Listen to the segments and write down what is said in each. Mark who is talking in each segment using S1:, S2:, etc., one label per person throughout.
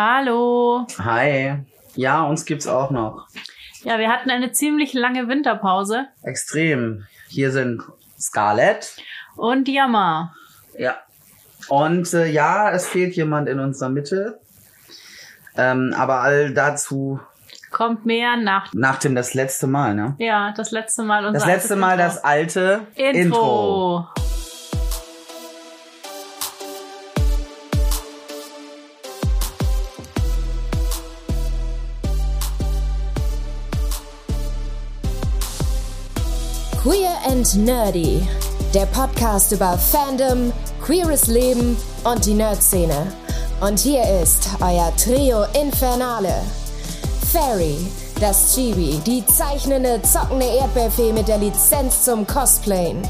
S1: Hallo.
S2: Hi. Ja, uns gibt's auch noch.
S1: Ja, wir hatten eine ziemlich lange Winterpause
S2: Extrem. Hier sind Scarlett.
S1: und Jammer.
S2: Ja. Und äh, ja, es fehlt jemand in unserer Mitte. Ähm, aber all dazu
S1: Kommt mehr nach.
S2: nach dem das letzte Mal, ne?
S1: Ja, das letzte Mal unser
S2: Das letzte
S1: altes
S2: Mal
S1: Intro.
S2: das alte Intro.
S1: Intro.
S3: Queer and Nerdy, der Podcast über Fandom, queeres Leben und die Nerd-Szene. Und hier ist euer Trio Infernale. Fairy, das Chibi, die zeichnende, zockende Erdbeerfee mit der Lizenz zum Cosplayen.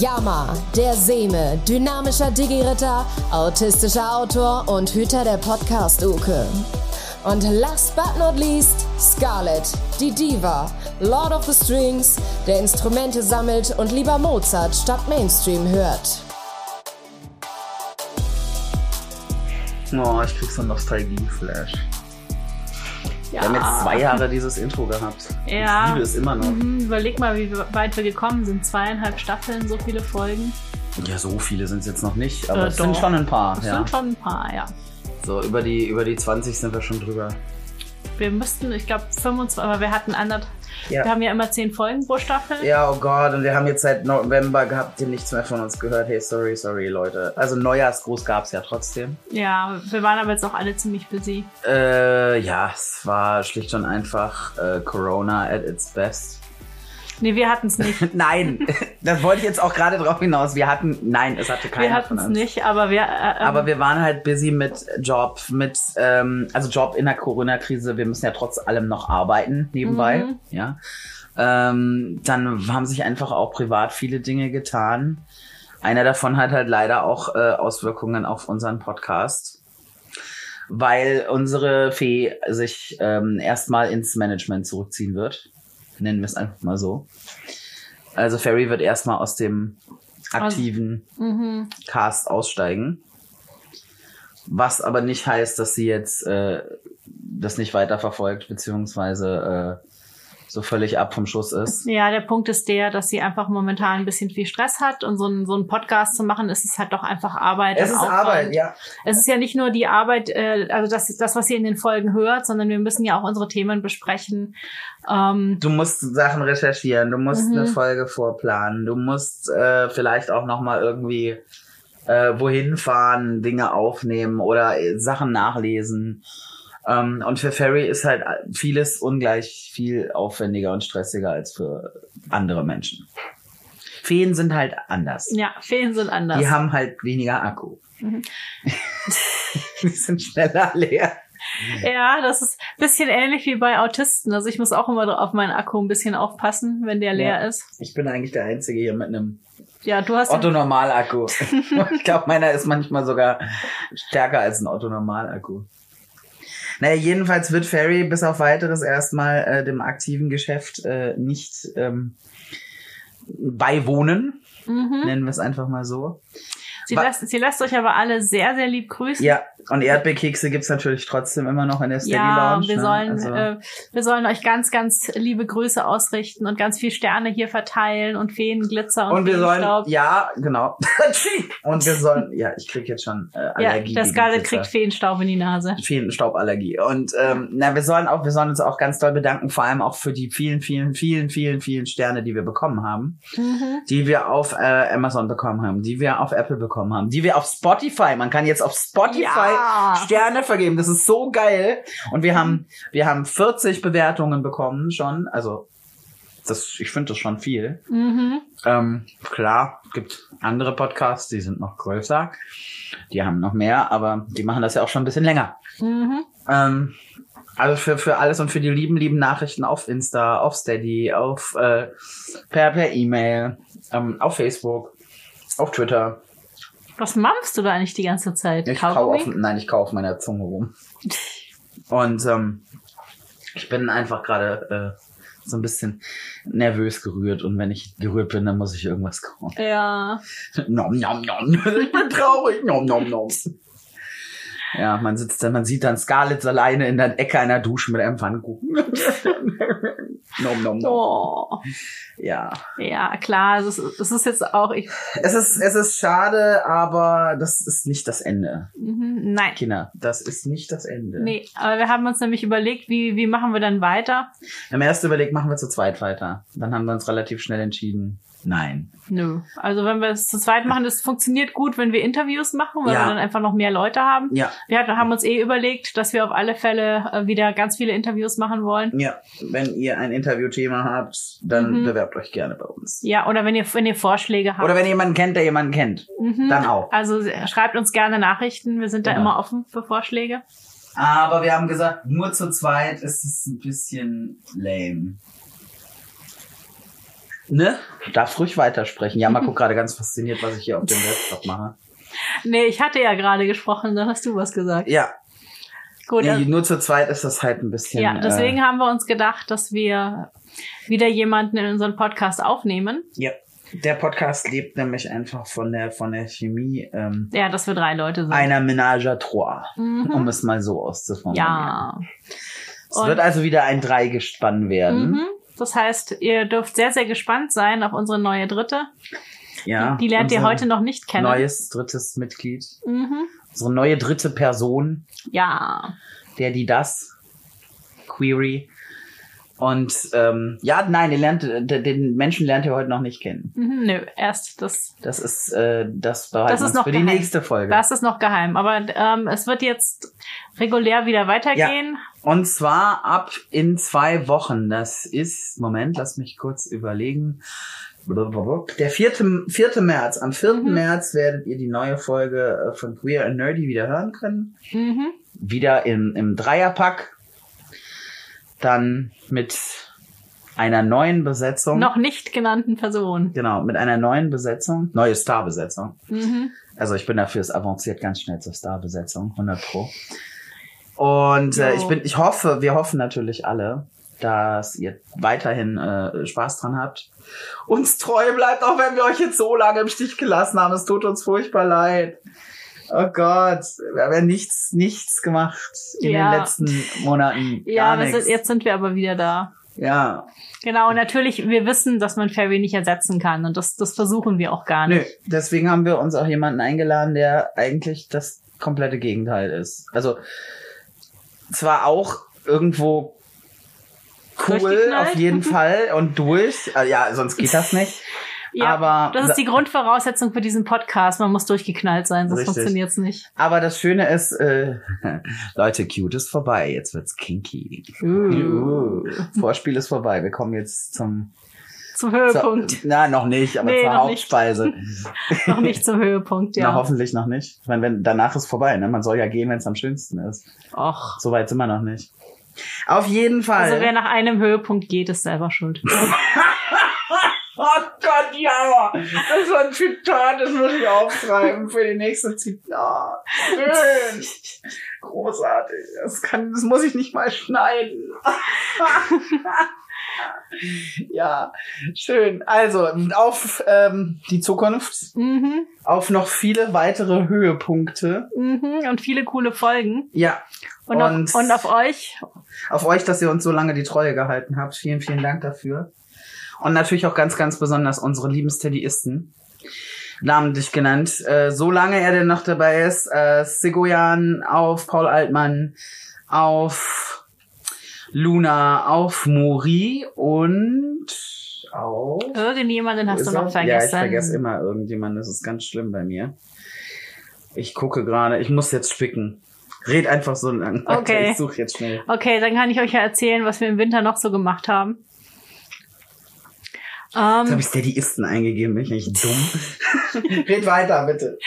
S3: Yama, der Seme, dynamischer Digi-Ritter, autistischer Autor und Hüter der Podcast-Uke. Und last but not least, Scarlett, die Diva, Lord of the Strings, der Instrumente sammelt und lieber Mozart statt Mainstream hört.
S2: Oh, ich krieg so einen Nostalgie-Flash.
S1: Ja.
S2: Wir haben jetzt zwei Jahre dieses Intro gehabt.
S1: Ja.
S2: Ich liebe es immer noch.
S1: Mhm, überleg mal, wie weit wir gekommen sind. Zweieinhalb Staffeln, so viele Folgen.
S2: Ja, so viele sind es jetzt noch nicht, aber
S1: Äh,
S2: es sind
S1: doch.
S2: schon ein paar.
S1: Das
S2: ja.
S1: sind schon ein paar, ja.
S2: So, über die, über die 20 sind wir schon drüber.
S1: Wir müssten, ich glaube, 25, aber wir hatten anderthalb.
S2: Ja.
S1: Wir haben ja immer zehn Folgen pro Staffel.
S2: Ja, oh Gott, und wir haben jetzt seit November gehabt, ihr nichts mehr von uns gehört. Hey, sorry, sorry, Leute. Also Neujahrsgruß gab's ja trotzdem.
S1: ja, wir waren aber jetzt auch alle ziemlich busy.
S2: Äh, ja, es war schlicht und einfach äh, Corona at its best.
S1: Nee, wir hatten's nicht.
S2: nein, das wollte ich jetzt auch gerade drauf hinaus. Wir hatten, nein, es hatte keiner
S1: wir
S2: von
S1: hatten's
S2: uns.
S1: nicht, aber wir. Äh, ähm,
S2: Aber wir waren halt busy mit Job, mit, ähm, also Job in der Corona-Krise. Wir müssen ja trotz allem noch arbeiten nebenbei,
S1: Mhm.
S2: ja. Ähm, dann haben sich einfach auch privat viele Dinge getan. Einer davon hat halt leider auch äh, Auswirkungen auf unseren Podcast, weil unsere Fee sich ähm, erstmal ins Management zurückziehen wird. Nennen wir es einfach mal so. Also Ferry wird erstmal aus dem aktiven
S1: mhm.
S2: Cast aussteigen. Was aber nicht heißt, dass sie jetzt äh, das nicht weiterverfolgt, beziehungsweise äh, so völlig ab vom Schuss ist.
S1: Ja, der Punkt ist der, dass sie einfach momentan ein bisschen viel Stress hat und so einen so einen Podcast zu machen, ist es halt doch einfach Arbeit. und Aufwand.
S2: ja.
S1: Es ist ja nicht nur die Arbeit, äh, also das, das, was ihr in den Folgen hört, sondern wir müssen ja auch unsere Themen besprechen. Ähm,
S2: Du musst Sachen recherchieren, du musst
S1: Mhm.
S2: eine Folge vorplanen, du musst äh, vielleicht auch nochmal irgendwie äh, wohin fahren, Dinge aufnehmen oder äh, Sachen nachlesen. Ähm, und für Ferry ist halt vieles ungleich viel aufwendiger und stressiger als für andere Menschen. Feen sind halt anders.
S1: ja, Mhm. Feen sind anders.
S2: Die haben halt weniger Akku. Die sind schneller leer.
S1: Ja, das ist ein bisschen ähnlich wie bei Autisten. Also ich muss auch immer auf meinen Akku ein bisschen aufpassen, wenn der leer
S2: Ja.
S1: ist.
S2: Ich bin eigentlich der Einzige hier mit einem
S1: Ja, du hast
S2: Otto Normal Akku. ich glaube, meiner ist manchmal sogar stärker als ein Otto Normal Akku. Naja, jedenfalls wird Ferry bis auf weiteres erstmal äh, dem aktiven Geschäft äh, nicht ähm, beiwohnen,
S1: Mhm.
S2: nennen wir es einfach mal so.
S1: Sie,
S2: Wa-
S1: lässt, sie lässt euch aber alle sehr, sehr lieb grüßen.
S2: Ja, und Erdbeerkekse gibt's natürlich trotzdem immer noch in der Steady
S1: Ja,
S2: Lounge.
S1: wir
S2: ne?
S1: sollen,
S2: Also-
S1: äh, wir sollen euch ganz, ganz liebe Grüße ausrichten und ganz viel Sterne hier verteilen und Feenglitzer und,
S2: und wir sollen,
S1: Feenstaub.
S2: ja, genau. und wir sollen, ja, ich krieg jetzt schon äh,
S1: ja,
S2: Allergie.
S1: der
S2: gegen
S1: Scarlett
S2: Pizza.
S1: kriegt Feenstaub in die Nase.
S2: vielen Stauballergie. Und ähm, na, wir sollen auch, wir sollen uns auch ganz doll bedanken, vor allem auch für die vielen, vielen, vielen, vielen, vielen Sterne, die wir bekommen haben, die wir auf äh, Amazon bekommen haben, die wir auf Apple bekommen haben, die wir auf Spotify. Man kann jetzt auf Spotify
S1: Ja.
S2: Sterne vergeben. Das ist so geil. Und wir haben, wir haben 40 Bewertungen bekommen schon. Also das, ich finde das schon viel.
S1: Mhm.
S2: Ähm, klar, es gibt andere Podcasts, die sind noch größer. Die haben noch mehr, aber die machen das ja auch schon ein bisschen länger.
S1: Mhm.
S2: Ähm, also für, für alles und für die lieben, lieben Nachrichten auf Insta, auf Steady, auf äh, per per E-Mail, ähm, auf Facebook, auf Twitter.
S1: Was mampfst du da eigentlich die ganze Zeit?
S2: Ich kau
S1: Kaugummi?
S2: auf, nein, ich kau auf meiner Zunge rum. Und ähm, ich bin einfach gerade äh, so ein bisschen nervös gerührt und wenn ich gerührt bin, dann muss ich irgendwas kauen.
S1: Ja.
S2: Nom, nom, nom. Ich bin traurig. Nom, nom, nom. Ja, man sitzt dann, man sieht dann Scarlett alleine in der Ecke einer Dusche mit einem Pfannkuchen. nom, nom, nom.
S1: Oh.
S2: Ja.
S1: Ja, klar, es ist, es ist jetzt auch, ich,
S2: Es ist, es ist schade, aber das ist nicht das Ende.
S1: mhm, nein.
S2: Kinder, das ist nicht das Ende.
S1: Nee, aber wir haben uns nämlich überlegt, wie, wie machen wir dann weiter?
S2: Wir haben erst überlegt, machen wir zu zweit weiter. Dann haben wir uns relativ schnell entschieden. Nein.
S1: Nö. Also wenn wir es zu zweit machen, das funktioniert gut, wenn wir Interviews machen, weil
S2: Ja.
S1: wir dann einfach noch mehr Leute haben.
S2: Ja.
S1: Wir hat- haben uns eh überlegt, dass wir auf alle Fälle äh, wieder ganz viele Interviews machen wollen.
S2: Ja, wenn ihr ein Interviewthema habt, dann
S1: Mhm.
S2: bewerbt euch gerne bei uns.
S1: Ja, oder wenn ihr, wenn ihr Vorschläge habt.
S2: Oder wenn ihr jemanden kennt, der jemanden kennt,
S1: Mhm.
S2: dann auch.
S1: Also äh, schreibt uns gerne Nachrichten. Wir sind da
S2: Genau.
S1: immer offen für Vorschläge.
S2: Aber wir haben gesagt, nur zu zweit ist es ein bisschen lame. Ne? Darf ruhig weitersprechen. Ja, guckt gerade ganz fasziniert, was ich hier auf dem Laptop mache.
S1: Nee, ich hatte ja gerade gesprochen, da hast du was gesagt.
S2: Ja,
S1: Gut,
S2: nee,
S1: also,
S2: nur zu zweit ist das halt ein bisschen.
S1: ja, deswegen
S2: Äh,
S1: haben wir uns gedacht, dass wir wieder jemanden in unseren Podcast aufnehmen.
S2: ja. Der Podcast lebt nämlich einfach von der, von der Chemie ähm,
S1: Ja, dass wir drei Leute sind.
S2: einer Ménage à trois,
S1: Mhm.
S2: um es mal so auszuformulieren.
S1: Ja.
S2: Es wird also wieder ein Dreigespann werden.
S1: Mhm. Das heißt, ihr dürft sehr, sehr gespannt sein auf unsere neue Dritte.
S2: Ja,
S1: Die lernt ihr
S2: unser
S1: heute noch nicht kennen.
S2: Neues drittes Mitglied.
S1: Mhm.
S2: Unsere neue dritte Person,
S1: Ja.
S2: der, die, das. Query. Und ähm, ja, nein, ihr lernt, äh, den Menschen lernt ihr heute noch nicht kennen.
S1: Mhm. Nö, erst das.
S2: Das ist äh, das behalten
S1: Das ist
S2: wir uns
S1: noch
S2: für die
S1: geheim.
S2: nächste Folge.
S1: Das ist noch geheim. Aber ähm, es wird jetzt regulär wieder weitergehen.
S2: Und zwar ab in zwei Wochen. Das ist, Moment, lass mich kurz überlegen. Der 4. 4. März. Am 4.
S1: Mhm.
S2: März werdet ihr die neue Folge äh, von Queer and Nerdy wieder hören können.
S1: Mhm.
S2: Wieder im, im Dreierpack. Dann mit einer neuen Besetzung.
S1: Noch nicht genannten Personen.
S2: Genau, mit einer neuen Besetzung. Neue Starbesetzung.
S1: Mhm.
S2: Also ich bin dafür, es avanciert ganz schnell zur Starbesetzung, 100 pro. Und äh,
S1: Jo.
S2: ich bin, ich hoffe, wir hoffen natürlich alle, dass ihr weiterhin äh, Spaß dran habt. Uns treu bleibt, auch wenn wir euch jetzt so lange im Stich gelassen haben. Es tut uns furchtbar leid. Oh Gott, wir haben ja nichts, nichts gemacht in
S1: Ja.
S2: den letzten Monaten.
S1: Ja,
S2: Gar
S1: wir
S2: nichts.
S1: sind, jetzt sind wir aber wieder da.
S2: Ja,
S1: Genau, und natürlich, wir wissen, dass man Fairy nicht ersetzen kann. Und das, das versuchen wir auch gar nicht.
S2: Nö, deswegen haben wir uns auch jemanden eingeladen, der eigentlich das komplette Gegenteil ist. Also zwar auch irgendwo cool
S1: Durchgeknallt?
S2: auf jeden Fall und durch, äh, ja, sonst geht das nicht. aber-
S1: das ist die Grundvoraussetzung für diesen Podcast. Man muss durchgeknallt sein, sonst
S2: Richtig.
S1: funktioniert's nicht.
S2: Aber das Schöne ist, äh, Leute, cute ist vorbei, jetzt wird's kinky.
S1: Uh.
S2: Uh, Vorspiel ist vorbei, wir kommen jetzt zum
S1: Zum Höhepunkt.
S2: Zur, na, noch nicht, aber
S1: Nee,
S2: zur
S1: noch nicht.
S2: Hauptspeise.
S1: noch nicht zum Höhepunkt,
S2: Na,
S1: ja.
S2: hoffentlich noch nicht. Ich meine, wenn, danach ist vorbei, ne? Man soll ja gehen, wenn es am schönsten ist.
S1: Och.
S2: So weit sind wir noch nicht. Auf jeden Fall.
S1: Also wer nach einem Höhepunkt geht, ist selber schuld.
S2: oh Gott, ja. Das war ein Zitat, das muss ich aufschreiben für die nächste Zitat. Ah, Schön. Großartig. Das, kann, das muss ich nicht mal schneiden. ja, schön. Also auf ähm, die Zukunft,
S1: mhm,
S2: auf noch viele weitere Höhepunkte.
S1: mhm. Und viele coole Folgen.
S2: Ja,
S1: Und,
S2: Und-
S1: auf, und auf euch.
S2: auf euch, dass ihr uns so lange die Treue gehalten habt. Vielen, vielen Dank dafür. Und natürlich auch ganz, ganz besonders unsere lieben Steadyisten. Namentlich genannt. Äh, solange er denn noch dabei ist, äh, Segoyan auf Paul Altmann, auf Luna, auf Mori und auf...
S1: Irgendjemanden hast
S2: Ist
S1: du
S2: er?
S1: noch vergessen.
S2: Ja, ich vergesse immer irgendjemanden. Das ist ganz schlimm bei mir. Ich gucke gerade. Ich muss jetzt spicken. Red einfach so lang. weiter.
S1: Okay.
S2: Ich suche jetzt schnell.
S1: Okay, dann kann ich euch ja erzählen, was wir im Winter noch so gemacht haben.
S2: Jetzt
S1: Ähm,
S2: habe ich Steadyisten eingegeben, bin ich nicht dumm. Red weiter, bitte.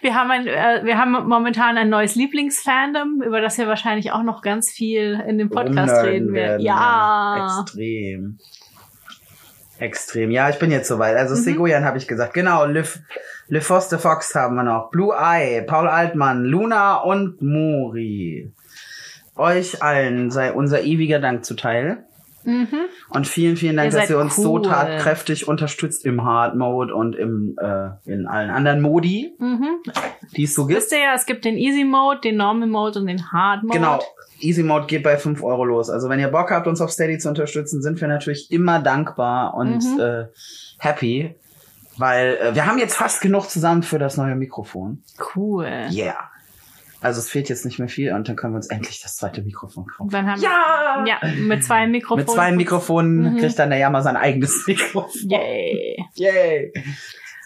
S1: wir haben ein, äh, wir haben momentan ein neues Lieblingsfandom, über das wir wahrscheinlich auch noch ganz viel in dem Podcast
S2: Rumnörden
S1: reden werden.
S2: wir.
S1: Ja.
S2: Extrem. Extrem. Ja, ich bin jetzt soweit.
S1: Mhm.
S2: Also Segoyan habe ich gesagt. Genau, Le, Le Foster Fox haben wir noch. Blue Eye, Paul Altmann, Luna und Mori. Euch allen sei unser ewiger Dank zuteil.
S1: Mhm.
S2: Und vielen, vielen Dank,
S1: Ihr
S2: dass
S1: seid
S2: ihr uns so
S1: cool.
S2: tatkräftig unterstützt im Hard Mode und im, äh, in allen anderen Modi,
S1: Mhm.
S2: die es so gibt.
S1: Wisst ihr ja, es gibt den Easy Mode, den Normal Mode und den Hard Mode.
S2: Genau. Easy Mode geht bei 5 Euro los. Also wenn ihr Bock habt, uns auf Steady zu unterstützen, sind wir natürlich immer dankbar und
S1: Mhm.
S2: äh, happy. Weil äh, wir haben jetzt fast genug zusammen für das neue Mikrofon.
S1: Cool.
S2: Yeah. Also es fehlt jetzt nicht mehr viel und dann können wir uns endlich das zweite Mikrofon kaufen.
S1: Und dann haben
S2: Ja!
S1: ja mit zwei Mikrofonen.
S2: Mit zwei Mikrofonen
S1: Mhm.
S2: kriegt dann der Jammer sein eigenes Mikrofon.
S1: Yay.
S2: Yay!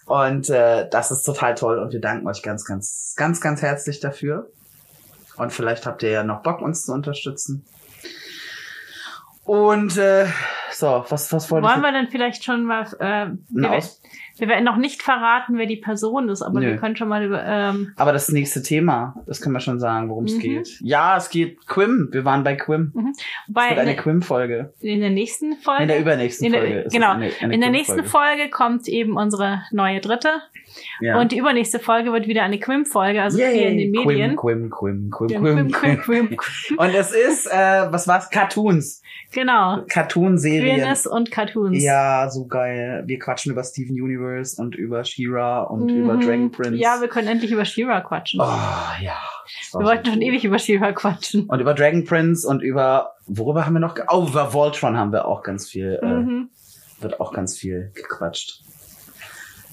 S2: Und äh, das ist total toll und wir danken euch ganz, ganz, ganz, ganz herzlich dafür. Und vielleicht habt ihr ja noch Bock, uns zu unterstützen. Und äh, so, was, was wollte
S1: Wollen
S2: ich?
S1: wir dann vielleicht schon mal, äh, wir,
S2: Ein
S1: werden-
S2: Aus-
S1: wir werden noch nicht verraten, wer die Person ist, aber
S2: Nö.
S1: wir können schon mal über, ähm,
S2: Aber das nächste Thema, das können wir schon sagen, worum es
S1: Mhm.
S2: geht. Ja, es geht Quim. Wir waren bei Quim.
S1: bei
S2: Es wird eine
S1: in,
S2: Quim-Folge.
S1: in der nächsten Folge.
S2: In der übernächsten
S1: In der-
S2: Folge. ist es
S1: genau.
S2: eine- eine
S1: in der
S2: Quim-Folge.
S1: nächsten Folge kommt eben unsere neue dritte.
S2: Ja.
S1: Und die übernächste Folge wird wieder eine Quim-Folge, also
S2: Yay.
S1: hier in den Medien.
S2: Quim, Quim, Quim, Quim, Quim,
S1: Quim,
S2: Quim.
S1: Quim, Quim.
S2: Und es ist, äh, was war's? Cartoons.
S1: Genau.
S2: Cartoon-Serien.
S1: Queerness und Cartoons.
S2: Ja, so geil. Wir quatschen über Steven Universe und über She-Ra und
S1: Mhm.
S2: über Dragon Prince.
S1: Ja, wir können endlich über She-Ra quatschen.
S2: oh, ja. Das war
S1: wir
S2: so
S1: wollten schon
S2: cool.
S1: ewig über She-Ra quatschen.
S2: Und über Dragon Prince und über, worüber haben wir noch? ge- Oh, über Voltron haben wir auch ganz viel,
S1: Mhm.
S2: äh, wird auch ganz viel gequatscht.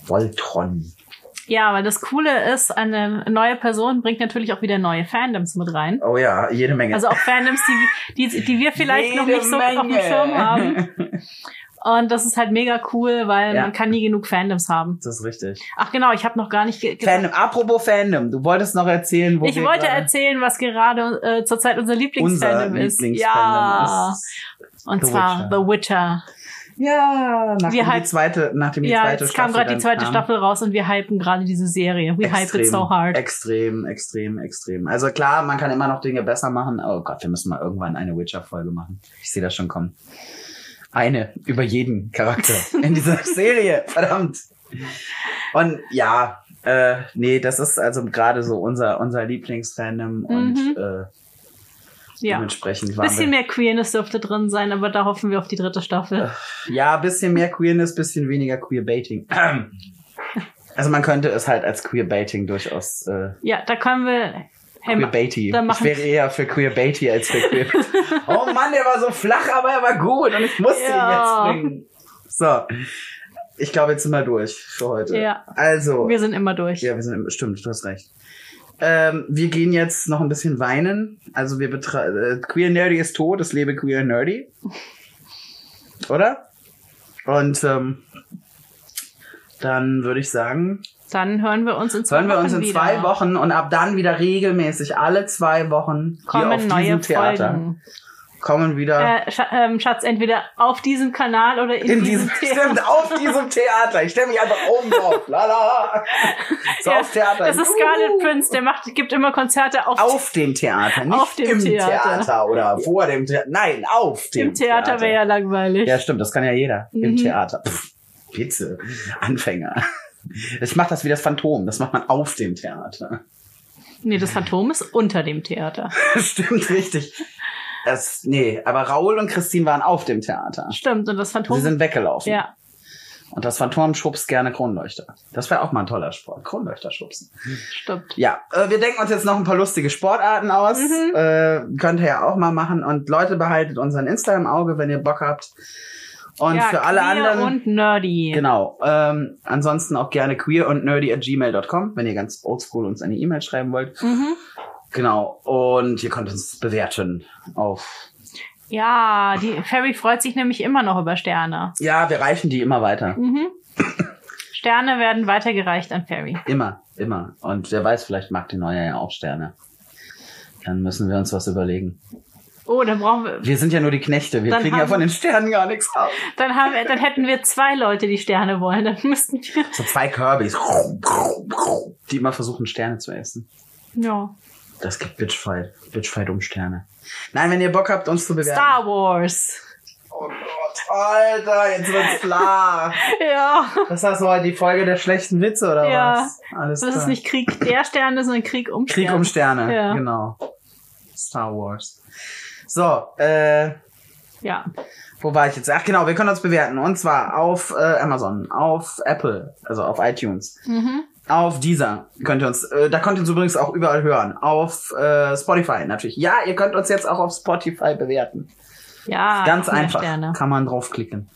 S2: Voltron.
S1: Ja, weil das Coole ist, eine neue Person bringt natürlich auch wieder neue Fandoms mit rein.
S2: Oh ja, jede Menge.
S1: Also auch Fandoms, die, die, die wir vielleicht noch
S2: Jede
S1: nicht so auf dem
S2: Menge.
S1: Schirm haben. Und das ist halt mega cool, weil
S2: Ja.
S1: man kann nie genug Fandoms haben.
S2: Das ist richtig.
S1: Ach genau, ich habe noch gar nicht ge ge-
S2: Fandom, apropos Fandom, du wolltest noch erzählen, wo
S1: Ich
S2: wir
S1: wollte
S2: gerade-
S1: erzählen, was gerade äh, zurzeit unser
S2: unser
S1: Lieblingsfandom ist.
S2: Lieblingsfandom
S1: Ja.
S2: ist.
S1: Und
S2: The
S1: zwar
S2: Witcher.
S1: The Witcher.
S2: Ja, nachdem
S1: Wir
S2: die
S1: halt-
S2: zweite, nachdem die
S1: Ja,
S2: zweite
S1: jetzt kam
S2: Staffel
S1: gerade die
S2: dann
S1: zweite
S2: kam.
S1: Staffel raus und wir hypen gerade diese Serie. We hype it so hard.
S2: Extrem, extrem, extrem. Also klar, man kann immer noch Dinge besser machen. Oh Gott, wir müssen mal irgendwann eine Witcher-Folge machen. Ich sehe das schon kommen. Eine über jeden Charakter in dieser Serie. Verdammt. Und ja, äh, nee, das ist also gerade so unser, unser Lieblingsfandom und
S1: Mhm.
S2: äh,
S1: Ja.
S2: dementsprechend waren
S1: Bisschen
S2: wir,
S1: mehr Queerness dürfte drin sein, aber da hoffen wir auf die dritte Staffel.
S2: Ja, bisschen mehr Queerness, bisschen weniger Queerbaiting. Also man könnte es halt als Queerbaiting durchaus äh,
S1: Ja, da können wir. Hey, ma-
S2: Queerbaity.
S1: dann
S2: Ich
S1: machen-
S2: wäre eher für Queerbaity als für Queer. oh Mann, der war so flach, aber er war gut und ich musste
S1: Ja.
S2: ihn jetzt bringen. So. Ich glaube, jetzt sind wir durch für heute.
S1: Ja.
S2: Also.
S1: wir sind immer durch.
S2: ja, wir sind im, stimmt, du hast recht. Ähm, wir gehen jetzt noch ein bisschen weinen. Also wir betra äh, Queer Nerdy ist tot, es lebe Queer Nerdy. Oder? Und ähm, dann würde ich sagen,
S1: Dann hören wir uns in zwei
S2: Hören wir
S1: Wochen
S2: uns in
S1: wieder.
S2: zwei Wochen und ab dann wieder regelmäßig alle zwei Wochen hier auf
S1: Kommen neue
S2: diesem Theater.
S1: Folgen.
S2: Kommen wieder
S1: Äh, Sch ähm, Schatz, entweder auf diesem Kanal oder in,
S2: in diesem,
S1: Äh, Theater.
S2: stimmt, auf diesem Theater. Ich stelle mich einfach oben drauf. Lala. So
S1: Ja,
S2: aufs Theater.
S1: Das ist Scarlet Prince, der macht, gibt immer Konzerte auf,
S2: Auf dem Theater, nicht
S1: Auf dem
S2: im Theater.
S1: Theater.
S2: oder vor dem Theater. Nein, auf dem
S1: im Theater, wäre ja langweilig.
S2: Ja, stimmt, das kann ja jeder im
S1: Mhm.
S2: Theater. Pff, Witze, Anfänger. Ich mache das wie das Phantom, das macht man auf dem Theater.
S1: Nee, das Phantom ist unter dem Theater.
S2: Stimmt, richtig. Das, nee, aber Raoul und Christine waren auf dem Theater.
S1: Stimmt, und das Phantom.
S2: Sie sind weggelaufen.
S1: ja,
S2: Und das Phantom schubst gerne Kronleuchter. Das wäre auch mal ein toller Sport. Kronleuchter schubsen.
S1: stimmt.
S2: Ja, äh, wir denken uns jetzt noch ein paar lustige Sportarten aus.
S1: Mhm.
S2: Äh, könnt ihr ja auch mal machen. Und Leute, behaltet unseren Insta im Auge, wenn ihr Bock habt. Und
S1: ja,
S2: für alle
S1: queer
S2: anderen.
S1: Und nerdy.
S2: Genau. Ähm, ansonsten auch gerne queer und nerdy at gmail.com, wenn ihr ganz oldschool uns eine E-Mail schreiben wollt.
S1: Mhm.
S2: Genau. Und ihr könnt uns bewerten auf.
S1: Ja, die Fairy freut sich nämlich immer noch über Sterne.
S2: Ja, wir reichen die immer weiter.
S1: Mhm. Sterne werden weitergereicht an Fairy.
S2: Immer, immer. Und wer weiß, vielleicht mag die Neue ja auch Sterne. Dann müssen wir uns was überlegen.
S1: Oh, dann brauchen wir,
S2: Wir sind ja nur die Knechte. Wir
S1: Dann
S2: kriegen ja
S1: haben-
S2: von den Sternen gar nichts ab.
S1: dann haben wir, dann hätten wir zwei Leute, die Sterne wollen. Dann müssten wir.
S2: So zwei Kirbys, die immer versuchen, Sterne zu essen.
S1: Ja.
S2: Das gibt Bitchfight. Bitchfight um Sterne. Nein, wenn ihr Bock habt, uns zu bewerten.
S1: Star Wars.
S2: Oh Gott, Alter, jetzt wird's klar.
S1: Ja.
S2: Das war so die Folge der schlechten Witze, oder
S1: Ja.
S2: was? Alles
S1: Das
S2: klar.
S1: ist nicht Krieg der Sterne, sondern Krieg um
S2: Krieg
S1: Sterne.
S2: um Sterne,
S1: Ja.
S2: genau. Star Wars. So, äh,
S1: Ja.
S2: Wo war ich jetzt? Ach genau, wir können uns bewerten. Und zwar auf äh, Amazon, auf Apple, also auf iTunes,
S1: Mhm.
S2: auf Deezer könnt ihr uns, äh, da könnt ihr uns übrigens auch überall hören. Auf äh, Spotify natürlich. Ja, ihr könnt uns jetzt auch auf Spotify bewerten.
S1: Ja.
S2: Ganz
S1: Ah, mehr
S2: einfach.
S1: Sterne.
S2: Kann man draufklicken.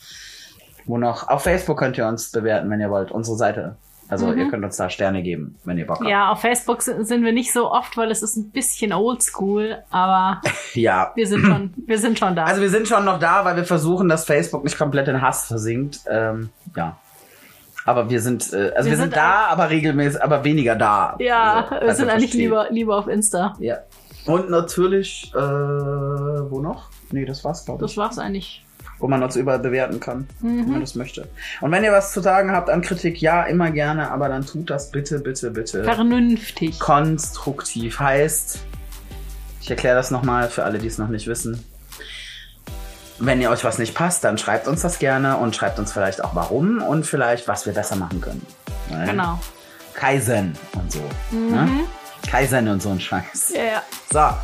S2: Wo noch? Auf Facebook könnt ihr uns bewerten, wenn ihr wollt. Unsere Seite. Also ihr könnt uns da Sterne geben, wenn ihr Bock habt.
S1: Mhm. Ja, auf Facebook sind, sind wir nicht so oft, weil es ist ein bisschen oldschool, aber
S2: ja.
S1: wir sind schon, wir sind schon da.
S2: Also wir sind schon noch da, weil wir versuchen, dass Facebook nicht komplett in Hass versinkt. Ähm, ja. Aber wir sind, äh, also
S1: Wir
S2: wir, sind,
S1: sind
S2: da, aber regelmäßig, aber weniger da.
S1: ja,
S2: Also,
S1: wir
S2: als
S1: sind
S2: ihr
S1: eigentlich
S2: versteht.
S1: lieber, lieber auf Insta.
S2: Ja. Und natürlich, äh, wo noch? Nee, das war's, glaube ich.
S1: Das Mhm. war's eigentlich.
S2: Wo man uns überall bewerten kann, wenn man das möchte. Und wenn ihr was zu sagen habt an Kritik, ja, immer gerne, aber dann tut das bitte, bitte, bitte.
S1: Vernünftig.
S2: konstruktiv heißt, ich erkläre das nochmal für alle, die es noch nicht wissen. Wenn ihr euch was nicht passt, dann schreibt uns das gerne und schreibt uns vielleicht auch warum und vielleicht, was wir besser machen können. Ne?
S1: Genau. Mhm.
S2: Kaizen und so. Ne? Kaizen und so ein Scheiß.
S1: Ja, ja.
S2: So.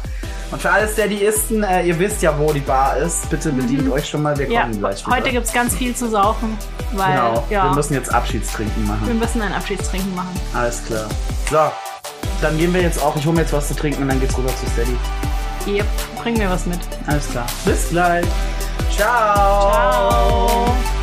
S2: Und für alle Steadyisten, äh, ihr wisst ja, wo die Bar ist. Bitte bedient euch schon mal. Wir
S1: Mhm. ja.
S2: kommen gleich wieder.
S1: Heute gibt's ganz viel zu saufen, weil
S2: Genau.
S1: ja, Mhm.
S2: Wir müssen jetzt Abschiedstrinken machen.
S1: wir müssen ein Abschiedstrinken machen.
S2: Alles klar. So. Dann gehen wir jetzt auch. Ich hole mir jetzt was zu trinken und dann geht's rüber zu Steady.
S1: Yep. Bring mir was mit.
S2: Alles klar. Bis gleich. Ciao.
S1: Ciao.